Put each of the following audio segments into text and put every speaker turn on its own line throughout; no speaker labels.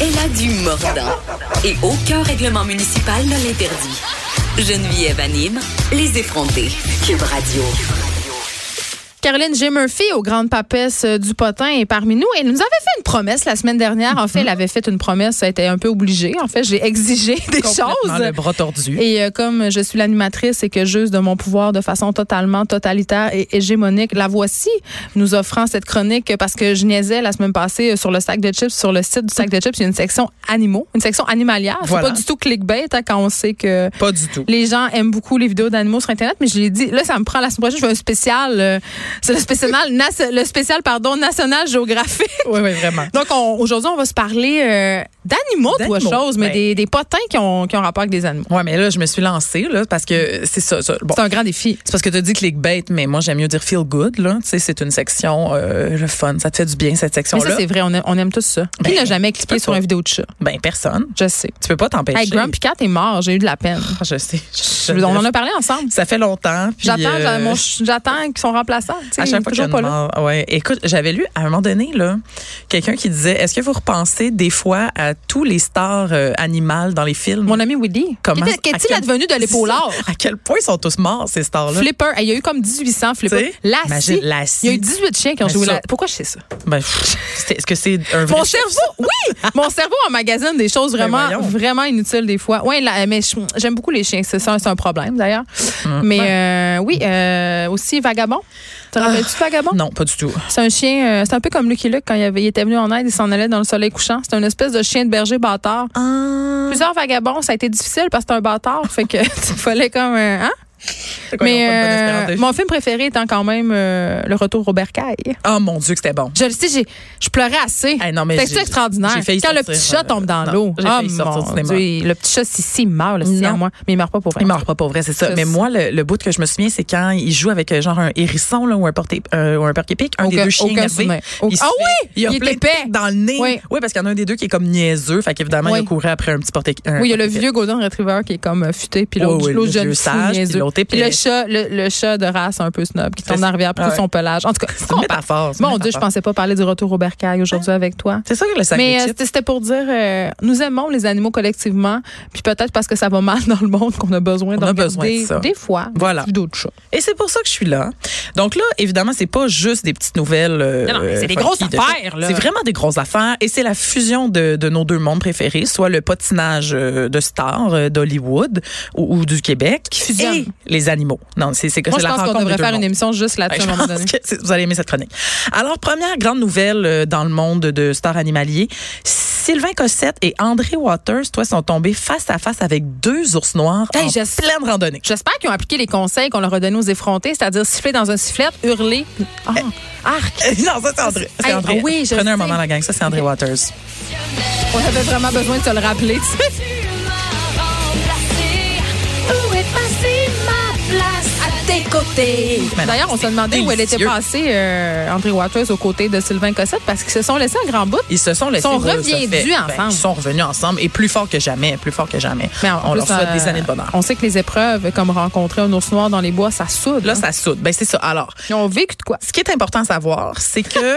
a du mordant. Et aucun règlement municipal ne l'interdit. Geneviève anime les effrontés. Cube Radio.
Caroline J. Murphy, aux grandes papesses euh, du potin, est parmi nous. Elle nous avait fait une promesse la semaine dernière. En fait, elle avait fait une promesse. Ça a été un peu obligé. En fait, j'ai exigé des
Complètement
choses.
le bras tordu.
Et euh, comme je suis l'animatrice et que j'use de mon pouvoir de façon totalement totalitaire et hégémonique, la voici nous offrant cette chronique euh, parce que je niaisais la semaine passée euh, sur le sac de chips, sur le site du sac de chips, il y a une section animaux, une section animalière.
Voilà.
C'est pas du tout clickbait hein, quand on sait que
Pas du tout.
les gens aiment beaucoup les vidéos d'animaux sur Internet, mais je l'ai dit, là, ça me prend la semaine prochaine, je veux un spécial, euh, c'est le spécial, nas- le spécial, pardon, National Géographique.
Oui, oui, vraiment.
Donc, on- aujourd'hui, on va se parler euh, d'animaux, de
D'animaux,
choses, mais
ben.
des, des potins qui ont, qui ont rapport avec des animaux.
Ouais, mais là, je me suis lancée, là, parce que c'est ça. ça- bon.
C'est un grand défi.
C'est parce que tu dit clickbait, mais moi, j'aime mieux dire feel good, là. Tu sais, c'est une section, euh, le fun. Ça te fait du bien, cette
Mais
section-là.
ça, c'est vrai, on aime, on aime tous ça. Qui
Ben,
n'a jamais cliqué
peux
sur
pas.
une vidéo de chat?
ben, personne.
Je sais.
Tu peux pas t'empêcher.
Hey, Grumpy Cat est mort, j'ai eu de la peine.
Ah, je sais. Je-
on en a parlé ensemble.
Ça fait longtemps. puis,
J'attends
euh,
j'attends mon ch- j'attends qu'ils sont remplaçants. tu sais,
à
il est
chaque fois que je
toujours pas là.
demande- ouais. Écoute, j'avais lu à un moment donné là, quelqu'un qui disait est-ce que vous repensez des fois à tous les stars euh, animales dans les films
Mon ami Willy.
Comment-
Qu'est- Qu'est-il
à quel-
advenu de l'épaulard?
À quel point ils sont tous morts ces stars là
Flipper, Hey, il y a eu comme 1800 Flipper.
T'sais,
Lassie.
imagine Lassie.
Il y a eu 18 chiens qui ont
Mais
joué
ça-
la... Pourquoi je sais ça?
Ben, pff, c'est- Est-ce que c'est un vrai
Mon cerveau, oui! Mon cerveau emmagasine des choses vraiment,
voyons.
vraiment inutiles des fois. Oui, mais je- j'aime beaucoup les chiens. C'est ça, c'est un problème d'ailleurs. Mais euh, oui, euh, aussi Vagabond. Te rappelles-tu de Vagabond?
Non, pas du tout.
C'est un chien, euh, c'est un peu comme Lucky Luke quand il, avait- il était venu en aide, il s'en allait dans le soleil couchant. C'est une espèce de chien de berger bâtard. Plusieurs vagabonds, ça a été difficile parce que c'est un bâtard. fait que il fallait comme. euh, hein? Mais euh, mon film préféré étant quand même euh, Le Retour au bercail.
Oh mon Dieu, que c'était bon.
Je le sais, j'ai- je pleurais assez.
Hey, non, mais
C'était
j'ai-
extraordinaire.
j'ai failli
Quand le
sortir,
petit chat
euh,
tombe dans
non,
l'eau.
j'ai
Ah,
failli sortir
mon
du cinéma.
Dieu, le petit chat, si, si, il meurt, le
Non.
à moi. Mais il meurt pas pour vrai.
Il meurt pas pour vrai, c'est ça.
Je
Mais
sais.
moi, le, le bout que je me souviens, c'est quand il joue avec euh, genre un hérisson là, ou un porté, euh, ou un porc-épic, un des
Aucun-
deux chiens
aucun
énervés.
souvenir.
Puis
Aucun-
il se
Ah
fait-
oui!
Il y a
Il est
plein de
épais.
pics dans le nez.
Oui.
Oui, parce qu'il y en a un des deux qui est comme niaiseux, fait qu'évidemment
Oui.
il a couru après un petit porté.
Oui, il y a le vieux Golden Retriever qui est comme euh, futé, puis l'autre
Oh Oui, oui,
l'autre
le
jeune
vieux
fou
sage,
niaiseux.
puis l'autre épais.
Puis le chat, le, le chat de race un peu snob qui tombe dans la rivière, puis tout
Ouais.
son pelage. En tout cas,
C'est une métaphore. c'est une
mon Dieu, je
métaphore.
pensais pas parler du retour au bercail aujourd'hui avec toi.
C'est ça que le sac
Mais euh,
de chips.
c'était- c'était pour dire, euh, nous aimons les animaux collectivement, puis peut-être parce que ça va mal dans le monde qu'on a besoin de
On a besoin de
regarder
ça.
des fois
Voilà.
d'autres chats.
Et c'est pour ça que je suis là. Donc là, évidemment, c'est pas juste des petites nouvelles. euh,
Non, non, mais c'est des
funky
grosses
de-
affaires, là.
C'est vraiment des grosses affaires. Et c'est la fusion de, de nos deux mondes préférés, soit le patinage euh, de stars euh, d'Hollywood ou, ou du Québec,
fusionne.
et les animaux. Non, c'est c'est que
Moi,
c'est
je
la
pense qu'on
rencontre
devrait
des deux
faire une
mondes.
émission juste
Ouais,
là-dessus à un moment
je pense
donné.
que c'est- vous allez aimer cette chronique. Alors, première grande nouvelle euh, dans le monde de stars animaliers. Sylvain Cossette et André Waters, toi, sont tombés face à face avec deux ours noirs
Hey,
en
je-
pleine randonnée.
J'espère qu'ils ont appliqué les conseils qu'on leur a donnés aux effrontés, c'est-à-dire siffler dans un sifflet, hurler. Ah,
Eh,
arc!
non, ça, c'est André. C'est
Hey,
André.
oui, je
Prenez un
sais.
moment, la gang. Ça, c'est André Waters.
On avait vraiment besoin de te le rappeler. tu sais.
Où est passée ma place à tes côtés?
Mais non,
D'ailleurs, on se
c'est
demandait où elle était
délicieux.
passée, euh, André Waters, aux côtés de Sylvain Cossette, parce qu'ils se sont laissés un grand bout.
Ils se sont laissés
sont
rouler,
revenus
ça fait- ben,
dus ensemble.
ils sont revenus ensemble et plus fort que jamais, plus fort que jamais.
en
on
plus,
leur souhaite
euh,
des années de bonheur.
On sait que les épreuves, comme rencontrer un ours noir dans les bois, ça soude.
Là,
hein.
ça soude. Ben, c'est ça. Alors,
Ils ont vécu de quoi?
ce qui est important à savoir, c'est que.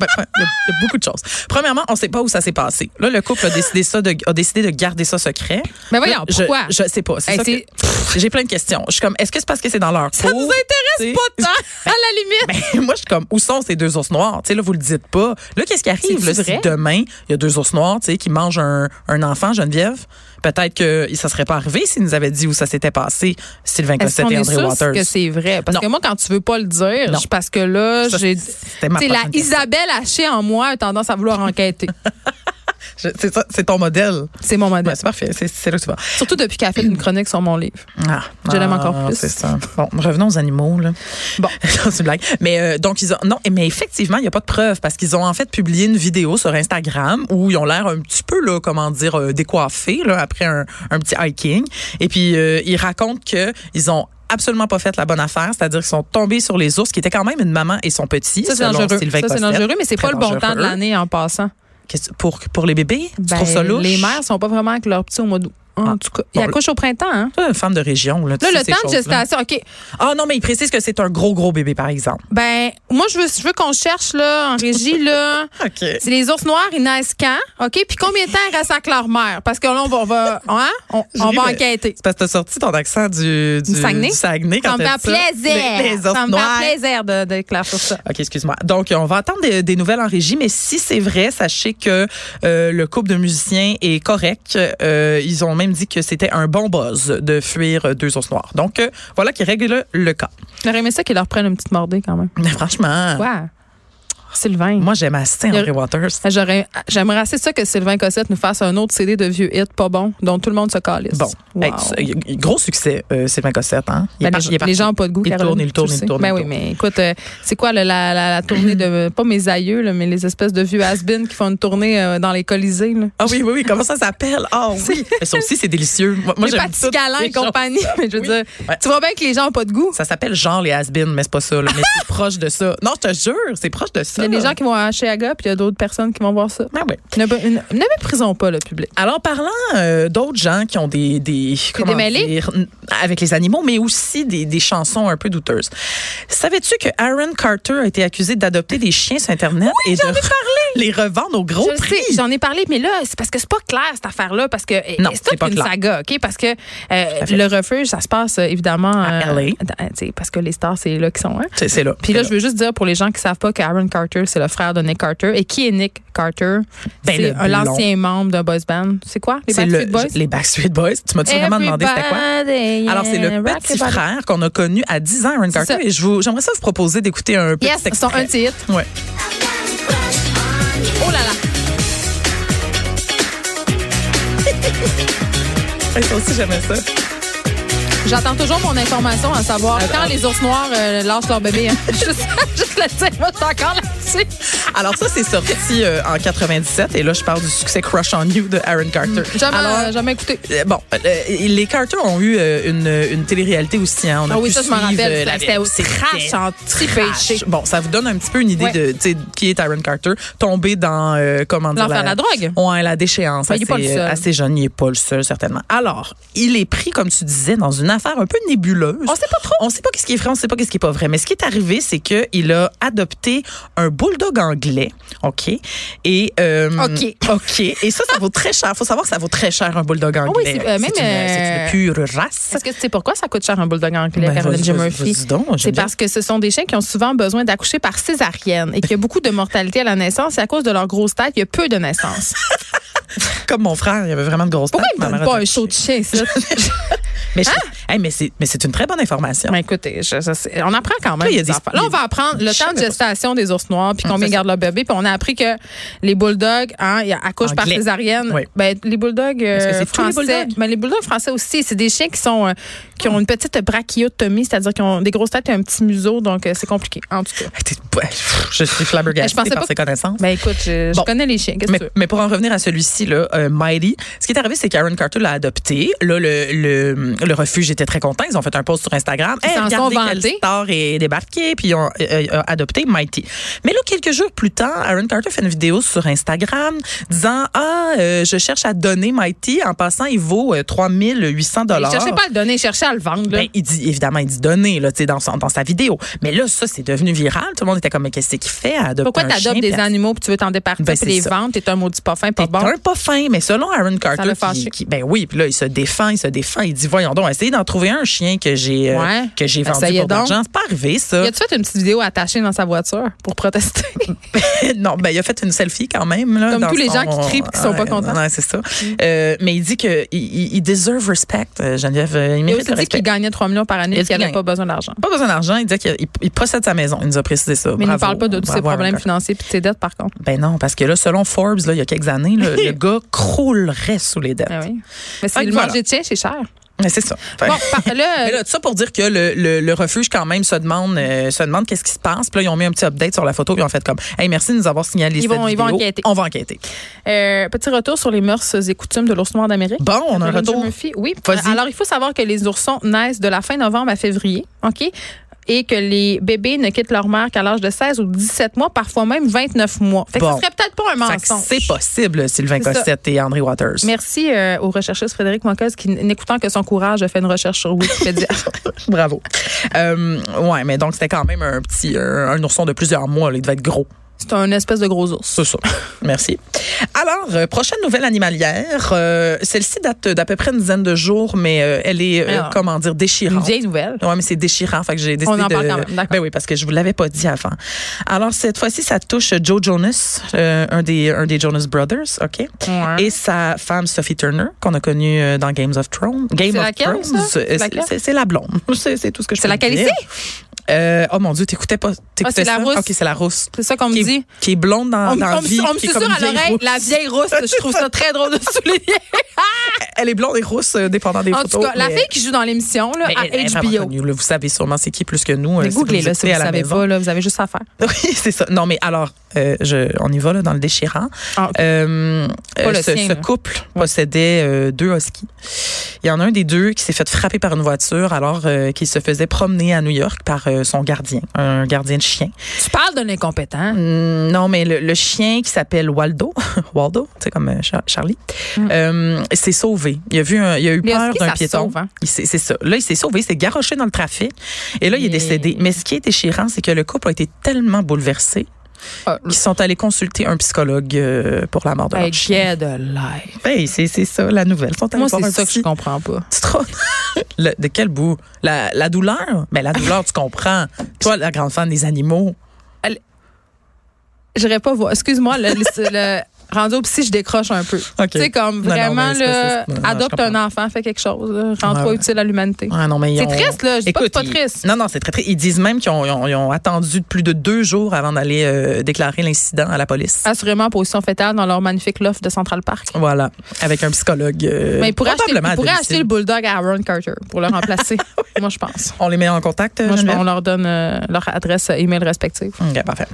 Ben, ben, Il y, a- il y a beaucoup de choses. Premièrement, on ne sait pas où ça s'est passé. Là, le couple a décidé, ça de, a décidé de garder ça secret.
Mais voyons,
Là, je-
pourquoi?
Je sais pas. C'est
Hey,
ça que-
c'est-
Pff, J'ai plein de questions. Je suis comme, est-ce que c'est parce que c'est dans leur
Ça nous intéresse pas tant, à la limite.
Ben, moi, je suis comme, où sont ces deux ours noirs? Tu sais, là, vous le dites pas. Là, qu'est-ce qui arrive?
C'est-tu
Là, si
vrai?
demain, il y a deux ours noirs, tu sais, qui mangent un, un enfant, Geneviève, peut-être que ça serait pas arrivé s'ils nous avaient dit où ça s'était passé, Sylvain
Est-ce
Cossette
qu'on
et
est
Bah, André
sûr
Waters.
que c'est vrai? Parce
Non.
que moi, quand tu veux pas le dire,
Non.
je- parce que là,
Ça,
j'ai...
c'était ma
T'sais, la
prochaine question.
Isabelle Haché en moi a tendance à vouloir enquêter.
Je- C'est ça, c'est ton modèle.
C'est mon
Ben,
modèle.
c'est parfait, c'est c'est là que tu vas.
Surtout depuis qu'elle a fait une chronique sur mon livre.
Ah,
Je l'aime
ah,
encore plus.
C'est ça. Bon, revenons aux animaux. Là. Bon, c'est une blague. Mais euh, donc ils ont non, mais effectivement, il n'y a pas de preuves parce qu'ils ont en fait publié une vidéo sur Instagram où ils ont l'air un petit peu là, comment dire, euh, décoiffés là après un, un petit hiking. Et puis euh, ils racontent que ils ont absolument pas fait la bonne affaire, c'est-à-dire qu'ils sont tombés sur les ours qui étaient quand même une maman et son petit.
Ça, c'est
selon
dangereux.
Sylvain
Ça, c'est
Cossette.
dangereux, mais c'est
Très
pas le bon temps de
dangereux.
l'année en passant.
Qu'est-ce- Pour pour les bébés, tu
Ben,
trouves ça louche Ah.
Les mères sont pas vraiment avec leurs petits au mois d'août. En tout cas, il
bon,
accouche au printemps. Hein?
Toi, une femme de région, là. tu
Là,
sais
le
ces
temps de
choses-là.
gestation, OK.
Ah non, mais il précise que c'est un gros, gros bébé, par exemple.
Ben, moi, je veux, je veux qu'on cherche, là, en régie, là.
OK.
C'est les ours noirs, ils naissent quand? OK? Puis combien de temps ils restent avec leur mère? Parce que là, on va, on va, hein? on, on
Julie,
va
ben,
enquêter.
C'est parce que t'as sorti ton accent du, du,
Du Saguenay?
du Saguenay quand
Ça me
t'as
fait
dit Les- les
plaisir.
ours
Ça me
noirs.
fait plaisir de, de sur ça.
OK, excuse-moi. Donc, on va attendre des, des nouvelles en régie, mais si c'est vrai, sachez que euh, le couple de musiciens est correct. Euh, ils ont même dit que c'était un bon buzz de fuir euh, deux ours noirs. Donc, euh, voilà qui règle le cas.
J'aurais aimé ça qu'ils leur prennent une petite mordée quand même.
Mais franchement,
Quoi? Sylvain.
moi, j'aime assez
Le-
Henry Waters.
J'aurais- J'aimerais assez ça que Sylvain Cossette nous fasse un autre CD de vieux hits pas bon dont tout le monde se calisse.
Bon,
Wow.
Hey, tu- gros succès, euh, Sylvain Cossette. Hein? Il est
Ben,
par-
les,
il est
les
parti.
gens n'ont pas de goût.
Il
Caroline,
tourne, il
tu
tourne,
le
il
sais.
tourne,
Ben
il
oui,
tourne.
mais écoute, euh, c'est quoi le- la, la- la tournée de. pas mes aïeux, là, mais les espèces de vieux has-been qui font une tournée euh, dans les Colisées. Là.
Ah oui, oui, oui, comment ça s'appelle? Ah oui. Mais ça aussi, c'est délicieux. Moi, moi,
les
j'aime
Patis
toutes
Galants
les
et
choses.
compagnie. Mais je veux
Oui.
dire,
Ouais.
tu vois bien que les gens n'ont pas de goût.
Ça s'appelle genre les has mais c'est pas ça. là. Mais c'est proche de ça. Non, je te jure, c'est proche de ça.
Il y a des gens qui vont à Chiaga, puis il y a d'autres personnes qui vont voir ça.
Ah ouais.
Ne, ne- ne méprisons pas le public.
Alors, parlant euh, d'autres gens qui ont des. des comment
démêlés?
dire, n- Avec les animaux, mais aussi des, des chansons un peu douteuses. Savais-tu que Aaron Carter a été accusé d'adopter des chiens sur Internet et de les revendre au gros
Je le
prix?
sais, j'en ai parlé, mais là, c'est parce que c'est pas clair cette affaire-là, parce que euh,
Non,
c'est
c'est
toute
pas
une
clair.
saga, ok Parce que euh,
fait.
le refuge, ça se passe euh, évidemment euh,
À LA.
dans- tu sais, parce que les stars, c'est là qu'ils sont. Hein?
C'est- C'est là.
Puis là,
C'est
je veux juste dire pour les gens qui savent pas qu'Aaron Carter, c'est le frère de Nick Carter. Et qui est Nick Carter?
Ben,
c'est
le
un-
blond.
l'ancien membre d'un boys band. C'est quoi? Les
C'est
Backstreet
le-
Boys?
Les Backstreet Boys. Tu m'as-tu vraiment demandé c'était quoi?
Everybody,
Alors, c'est
yeah,
le
rock
petit
your body.
frère qu'on a connu à 10 ans, Aaron Carter.
ça.
Et je vous- j'aimerais ça vous proposer d'écouter un petit
Yes, son un
extrait.
titre.
Ouais.
Oh là là!
Hey, ça aussi, j'aimais ça.
J'attends toujours mon information à savoir quand les ours noirs euh, lâchent leur bébé. hein. juste, juste le dire, moi, je suis encore là-dessus.
Alors, ça, c'est sorti euh, en 97. Et là, je parle du succès Crush on You de Aaron Carter.
Mm. Jamais,
Alors,
jamais écouté.
euh, bon, euh, les Carter ont eu euh, une, une télé-réalité aussi. hein. On a
Ah oui,
pu
ça, je m'en
suivre,
rappelle.
euh, la-
C'était au hein.
c'était
trash en
trash.
tripéché.
Bon, ça vous donne un petit peu une idée
Ouais.
de tu sais, qui est Aaron Carter, tombé dans, euh, comment dire...
L'enfer de la drogue.
Ouais, la déchéance.
Ben, il est pas le
assez-
seul.
Assez jeune, il n'est pas le seul, certainement. Alors, il est pris, comme tu disais, dans une affaire un peu nébuleuse.
On sait pas trop.
On sait pas qu'est-ce qui est vrai, on sait pas qu'est-ce qui est pas vrai. Mais ce qui est arrivé, c'est qu'il a adopté un bulldog anglais. OK. Et. euh,
OK.
OK. Et ça, ça vaut très cher. Faut savoir que ça vaut très cher, un bulldog anglais.
oui, c'est- euh, même,
une, c'est
euh,
une pure race.
Parce que tu sais pourquoi ça coûte cher un bulldog anglais,
Ben,
Caroline
vas-y,
J.
vas-y,
Murphy?
vas-y donc, j'aime
C'est
bien.
parce que ce sont des chiens qui ont souvent besoin d'accoucher par césarienne et qu'il y a beaucoup de mortalité à la naissance. Et à cause de leur grosse tête, il y a peu de naissances.
Comme mon frère, il avait vraiment de grosses
Pourquoi
têtes,
ils me
ma
donnent
mère a
pas un
dit-
show de chien, ça?
Mais,
Ah!
je- Hey, mais c'est mais c'est une très bonne information.
Ben, écoutez, je- je sais- on apprend quand même.
Là, il y a
des
des-
affaires. Là, on va apprendre le
Je
temps de
savais pas
gestation des ours noirs, puis combien
c'est
gardent leur bébé. Puis on a appris que les bulldogs, hein, ils accouchent par
Anglais.
césarienne.
Oui.
Ben, les bulldogs euh,
Est-ce que c'est tous les
français.
bulldogs? Ah.
ben, les bulldogs français aussi, c'est des chiens qui sont euh, qui ont une petite brachiotomie, c'est-à-dire qu'ils ont des grosses têtes et un petit museau, donc euh, c'est compliqué, en tout cas.
Hey, Ah, t'es-
Ben,
Je suis
je pensais
flabbergastée
pas
par ses
que-
connaissances.
Ben écoute, je, je
Bon.
connais les chiens. Qu'est-ce que
Mais,
tu veux?
mais pour en revenir à celui-ci, là, euh, Mighty, ce qui est arrivé, c'est qu'Aaron Carter l'a adopté. Là, le, le, le refuge était très content. Ils ont fait un post sur Instagram.
Ils
Hey,
s'en
regardez
sont
quelle
vantés.
star est débarqué, puis ils ont euh, euh, adopté Mighty. Mais là, quelques jours plus tard, Aaron Carter fait une vidéo sur Instagram disant Ah, euh, je cherche à donner Mighty. En passant, il vaut euh, 3800
Je cherchais pas à le donner, je cherchais à le vendre. là.
ben, il dit, évidemment, il dit donner là, tu sais, dans, son- dans sa vidéo. Mais là, ça, c'est devenu viral. Tout le monde était comme, mais qu'est-ce qu'il fait à adopter
Pourquoi
un
tu
chien,
adoptes des
puis à-
animaux puis tu veux t'en départir
Ben,
puis
c'est
les
ça.
vendre? T'es un maudit pas fin, pas
T'es
bon.
un pas fin, mais selon Aaron Carter,
l'a fâché.
qui, qui- ben oui, puis là il se défend, il se défend, il dit voyons donc, essayez d'en trouver un chien que j'ai euh,
Ouais. Ben,
que j'ai vendu
Essayez
pour de
donc.
l'argent, c'est pas arrivé ça.
Y a-tu fait une petite vidéo attachée dans sa voiture pour protester?
non, ben il a fait une selfie quand même là,
Comme
dans
tous les
son-
gens qui crient puis qui sont pas
Ouais,
contents. Mm.
ouais, c'est ça. Euh, mais il dit que il, il- il deserve respect, euh, Geneviève, euh, il
Il a
mérite
aussi
le
dit
respect.
qu'il gagnait 3 millions par année
Il
et qu'il
dit
n'avait
qu'il
pas besoin d'argent.
Pas besoin d'argent, il disait qu'il il- il possède sa maison, il nous a précisé ça.
Mais il ne
Bravo,
parle pas de tous ses
bravo, Aaron
problèmes
Carter.
financiers puis de ses dettes, par contre.
Ben non, parce que là, selon Forbes, là, il y a quelques années, là, le gars croulerait sous les dettes.
Ah oui. Mais
Fait
c'est
que
le
voilà.
manger de chien, c'est cher.
Mais c'est ça. Fait-
Bon, euh, par- là,
Mais là, tout ça pour dire que le, le- le refuge, quand même, se demande, euh, se demande qu'est-ce qui se passe. Puis là, ils ont mis un petit update sur la photo. Ils ont fait comme, hey, merci de nous avoir signalé
Ils
cette
vont- ils vont
vidéo.
enquêter.
On va enquêter.
euh, petit retour sur les mœurs et coutumes de l'ours noir d'Amérique.
Bon, on a un
Caroline
retour.
Murphy, Oui.
Vas-y.
Alors, il faut savoir que les oursons naissent de la fin novembre à février, OK? Et que les bébés ne quittent leur mère qu'à l'âge de 16 ou 17 mois, parfois même 29 mois. Fait que
Bon.
ce serait peut-être pas un
Fait que
mensonge.
C'est possible, Sylvain
C'est ça.
Cossette et André Waters.
Merci euh, au recherchiste Frédéric Moncaz qui, n'écoutant que son courage, a fait une recherche sur Wikipédia.
Bravo. Euh, ouais, mais donc c'était quand même un petit, un, un ourson de plusieurs mois. là. Il devait être gros.
C'est un espèce de gros ours.
C'est ça. Merci. Alors, euh, prochaine nouvelle animalière. Euh, Celle-ci date d'à peu près une dizaine de jours, mais euh, elle est, euh,
Ah.
comment dire,
Une
déchirante.
vieille nouvelle.
Oui, mais c'est déchirant. Fait que j'ai décidé
On en
de.
parle quand même, d'accord.
Ben oui, parce que je vous l'avais pas dit avant. Alors, cette fois-ci, ça touche Joe Jonas, euh, un, des, un des Jonas Brothers, OK?
Ouais.
Et sa femme Sophie Turner, qu'on a connue euh, dans Games of Thrones. Game
C'est
of
laquelle,
Thrones.
ça? C'est
Euh, c'est-
laquelle?
C'est c'est la blonde. C'est c'est tout ce que je
C'est
peux
laquelle
dire.
ici?
Euh, oh mon Dieu, t'écoutais pas.
c'est
t'écoutais
la
ça?
rousse.
OK, c'est la rousse.
C'est ça qu'on me
Qui
dit.
est, qui est blonde dans,
On, me-
dans
on me-
vie.
on me
qui est
susurre
comme
à
vieille
l'oreille
rousse.
la vieille rousse. Je trouve ça très drôle de souligner.
Elle est blonde et rousse, euh, dépendant des
en
photos.
tout cas, la
mais-
fille qui joue dans l'émission là,
mais
à
elle est vraiment
HBO.
connue, là. vous savez sûrement c'est qui plus que nous. euh,
Mais
si vous
Googlez-le si
écoutez
vous
à
ne
la
savez
maison.
pas. Là, vous avez juste à faire.
Oui, c'est ça. Non, mais alors, euh, je, on y va là, dans le déchirant.
Ah, ok.
Euh, euh,
le
ce,
sien, hein.
ce
là.
couple possédait euh, deux huskies. Il y en a un des deux qui s'est fait frapper par une voiture alors euh, qu'il se faisait promener à New York par euh, son gardien, un gardien de chien.
Tu parles d'un incompétent.
Hum, non, mais le, le chien qui s'appelle Waldo, Waldo, c'est comme euh, Char- Charlie,
Mm.
euh, s'est sauvé. Il a vu, un- il a eu
Les
peur
huskies,
d'un
ça
piéton.
sauve, hein?
Il s'est- C'est ça. Là, il s'est sauvé, il s'est garoché dans le trafic. Et là, il est décédé. Mais ce qui est déchirant, c'est que le couple a été tellement bouleversé
Ah,
qui sont allés consulter un psychologue euh, pour la mort de
hey,
leur chien.
j'ai de l'air.
Hey, c'est c'est ça, la nouvelle. Ils sont allés
Moi,
voir
c'est
un
ça que je
psy.
comprends pas.
Tu te rends- Le- de quel bout? La, la douleur? Mais la douleur, tu comprends. Toi, la grande fan des animaux.
J'irai pas voir. Excuse-moi, le, le, le- rendu au psy, je décroche un peu.
Ok.
Tu sais, comme
Non, non,
vraiment,
mais c'est
là,
pas- c'est- non, non, je
adopte
comprends.
un enfant, fais quelque chose. là. Rends-toi
Ouais, ouais.
utile à l'humanité.
Ah non, mais ils
C'est
ont-
triste, là. Je dis pas que c'est
Écoute,
pas
ils-
triste.
Non, non, c'est très triste. Ils disent même qu'ils ont, ils ont- ils ont attendu plus de deux jours avant d'aller euh, déclarer l'incident à la police.
Assurément en position fétale dans leur magnifique loft de Central Park.
Voilà, avec un psychologue. euh,
Mais ils pourraient Ben, acheter,
probablement à
ils pourraient
domicile.
acheter le bulldog à Aaron Carter pour le remplacer. Moi, je pense.
On les met en contact,
Moi, je,
Euh, Geneviève? Euh,
on leur donne euh, leur adresse email respective.
OK, parfait.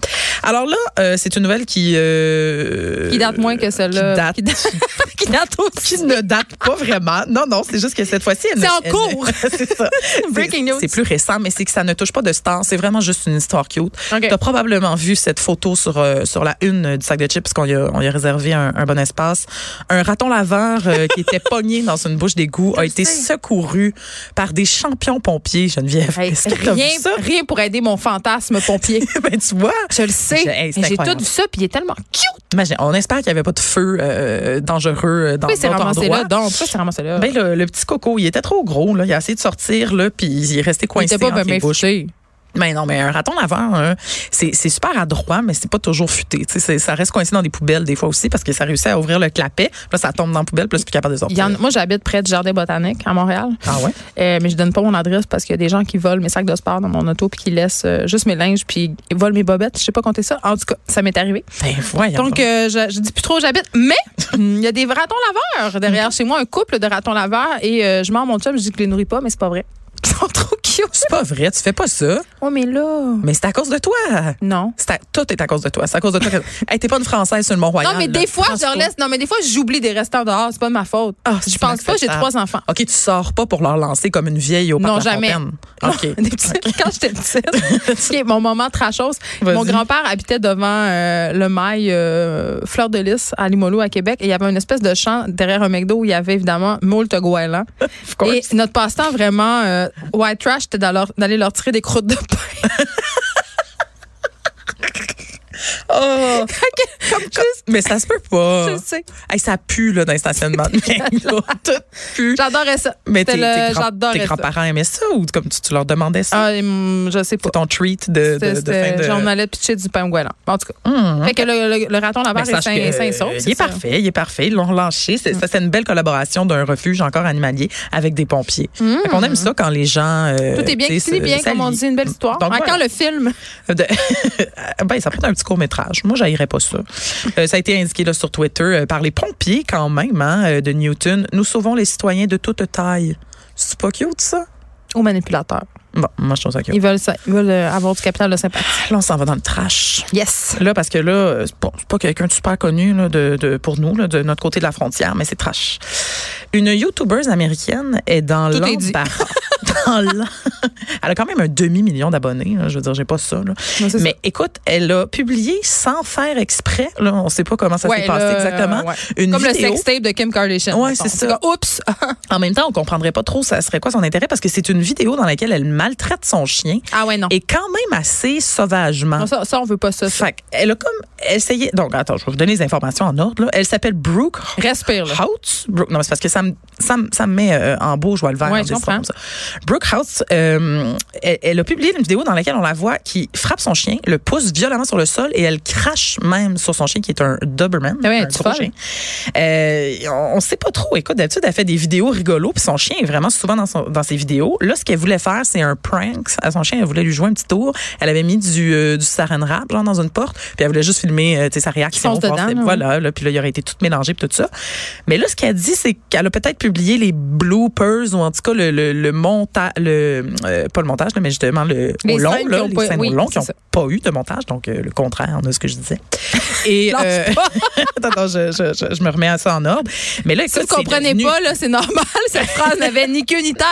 Alors là, euh, c'est une nouvelle qui... euh,
Qui date moins que celle-là.
Qui date.
Qui date- qui date aussi.
qui ne date pas vraiment. Non, non, c'est juste que cette fois-ci... elle
C'est
ne-
en
elle-
cours.
c'est ça.
Breaking
C'est-
news.
C'est plus récent, mais c'est que ça ne touche pas de star. C'est vraiment juste une histoire cute.
OK.
Tu as probablement vu cette photo sur, euh, sur la une euh, du sac de chips, parce qu'on y, a- on y a réservé un, un bon espace. Un raton laveur euh, qui était pogné dans une bouche d'égout a
le
été
sais.
secouru par des champions pompiers, Geneviève.
Hey,
Est-ce que t'as
rien,
vu ça?
rien pour aider mon fantasme pompier.
ben, tu vois...
Je le sais.
Je- hey, c'est
mais J'ai tout
incroyable.
vu ça, puis il est tellement cute.
Imagine, on espère qu'il n'y avait pas de feu euh, dangereux euh, dans
Pourquoi il s'est
d'autres
ramassé
endroits.
là? Donc, euh. pourquoi il s'est ramassé là?
Ben, le, le petit coco, il était trop gros. Là. Il a essayé de sortir, là, puis il est resté
il
coincé
était pas
entre
bien
les
ben
bouches.
fiché.
Mais non, mais un raton laveur, hein, c'est c'est super adroit, mais c'est pas toujours futé. Tu sais, c'est- ça reste coincé dans des poubelles des fois aussi parce que ça réussit à ouvrir le clapet. Puis Là, ça tombe dans la poubelle, puis là, c'est plus capable de
Il y
sortir.
en- moi, j'habite près du jardin botanique à Montréal.
Ah ouais?
Euh, mais je donne pas mon adresse parce qu'il y a des gens qui volent mes sacs de sport dans mon auto puis qui laissent euh, juste mes linges puis ils volent mes bobettes. Je sais pas compter ça. En tout cas, ça m'est arrivé.
Ben voyons.
Donc, euh, je, je dis plus trop où j'habite, mais il y a des ratons laveurs derrière chez moi, un couple de ratons laveurs et euh, je mens à mon chum, je dis que je les nourris pas, mais c'est pas vrai. Ils sont trop cute.
c'est pas vrai, tu fais pas ça.
Oh, mais là.
Mais c'est à cause de toi.
Non.
C'est à- tout est à cause de toi. C'est à cause de toi. que- hey, t'es pas une Française sur le Mont-Royal.
Non, mais
là.
des fois, je leur
Transport.
laisse. Non, mais des fois, j'oublie des restants dehors. C'est pas de ma faute.
Ah, c'est
je pense pas, j'ai
inacceptable.
trois enfants.
OK, tu sors pas pour leur lancer comme une vieille au parc
Non,
de la
jamais.
Fontaine. Ah, OK.
Des petits- Quand j'étais petite, ok, mon moment trashos,
Vas-y.
mon grand-père habitait devant euh, le mail euh, Fleur de Lys à Limolo, à Québec, et il y avait une espèce de champ derrière un McDo où il y avait évidemment moult goélands. Et notre passe-temps vraiment euh, white trash, c'était d'aller leur- d'aller leur tirer des croûtes de pain.
Oh, mais ça se peut pas.
Je sais.
Hey, ça pue là, dans les stationnements. de même, là. Tout pue.
J'adorais ça.
Mais
C'était
tes,
le-
tes grands-
j'adorais
tes
ça.
grands-parents aimaient ça ou comme tu, tu leur demandais ça?
Ah, hum, je sais pas.
C'est ton treat de, de, de fin
C'était-
de. Hum,
genre, On allait pitcher du pain au goéland. En tout cas. fait que le, le- le raton
Ben,
laveur est
sache
sain
que,
est sain et sauf,
euh, il
c'est
est
ça.
parfait, il est parfait. Ils l'ont relâché. C'est ça, c'est une belle collaboration d'un refuge encore animalier avec des pompiers. on aime ça quand les gens. euh,
Mmh. Tout est bien,
tu sais,
qui finit
se-
bien, comme on
s'allient.
dit, une belle histoire.
Donc,
Encore
voilà.
le film.
De- ben, ça peut être un petit court métrage. Moi, j'aillerais pas ça. Euh, ça a été indiqué là, sur Twitter euh, par les pompiers quand même hein, euh, de Newton. Nous sauvons les citoyens de toute taille. C'est pas cute ça
aux manipulateurs.
Bon, moi je trouve ça cute.
Ils veulent, ça, ils veulent euh, avoir du capital de sympathie.
Là, on s'en va dans le trash.
Yes.
Là, parce que là, euh, c'est pas, c'est pas quelqu'un de super connu là, de, de- pour nous, là, de notre côté de la frontière, mais c'est trash. Une YouTubeuse américaine est dans
Tout est dit.
l'embarras. dans l'an. Elle a quand même un demi-million d'abonnés. là. Je veux dire, j'ai pas ça. là.
Non, c'est
Mais écoute, elle a publié sans faire exprès. Là, on sait pas comment ça s'est
Ouais,
passé
là, euh,
exactement.
ouais.
Une
Comme
vidéo.
le sextape de Kim Kardashian.
Ouais,
mettons.
c'est ça.
comme, Oups!
En même temps, on comprendrait pas trop ça serait quoi son intérêt parce que c'est une vidéo dans laquelle elle maltraite son chien
ah ouais, non.
et quand même assez sauvagement.
Non, ça, ça, on veut pas ça. ça.
Fait elle a comme essayé. Donc, attends, je vais vous donner les informations en ordre. là. Elle s'appelle Brooke
Respire, là.
House. Brooke, non, mais c'est parce que ça me, ça me, ça me met euh, en beau, je vois le vert.
Ouais,
en
je
disant
comprends.
ça. Brooke House, euh, elle, elle a publié une vidéo dans laquelle on la voit qui frappe son chien, le pousse violemment sur le sol et elle crache même sur son chien qui est un Doberman.
Ah ouais,
un
tu
gros
folle?
chien. Euh, on, on sait pas trop. Écoute, d'habitude, elle fait des vidéos rigolos puis son chien est vraiment souvent dans, son- dans ses vidéos. Là, ce qu'elle voulait faire, c'est un prank à son chien. Elle voulait lui jouer un petit tour. Elle avait mis du, euh, du saran wrap genre dans une porte puis elle voulait juste filmer euh, tu sais, sa réaction
Qui fonce
bon,
dedans,
forcément,
là,
Voilà, là, puis là, il aurait été tout mélangé, puis tout ça. Mais là, ce qu'elle dit, c'est qu'elle a peut-être publié les bloopers, ou en tout cas, le, le, montage, le, euh, pas le montage, là, mais justement, le,
Les
au long,
scènes
là,
qui ont
les
pas-
scènes
oui,
au long
c'est
qui n'ont
ça.
pas eu de montage, donc euh, le contraire de ce que je disais. Et,
Lâche
euh, attends, attends, je, je- je- je me remets à ça en ordre. Mais là,
Si vous
écoute, c'est
comprenez
devenu-
pas, là, c'est normal. Cette phrase n'avait ni queue ni tête.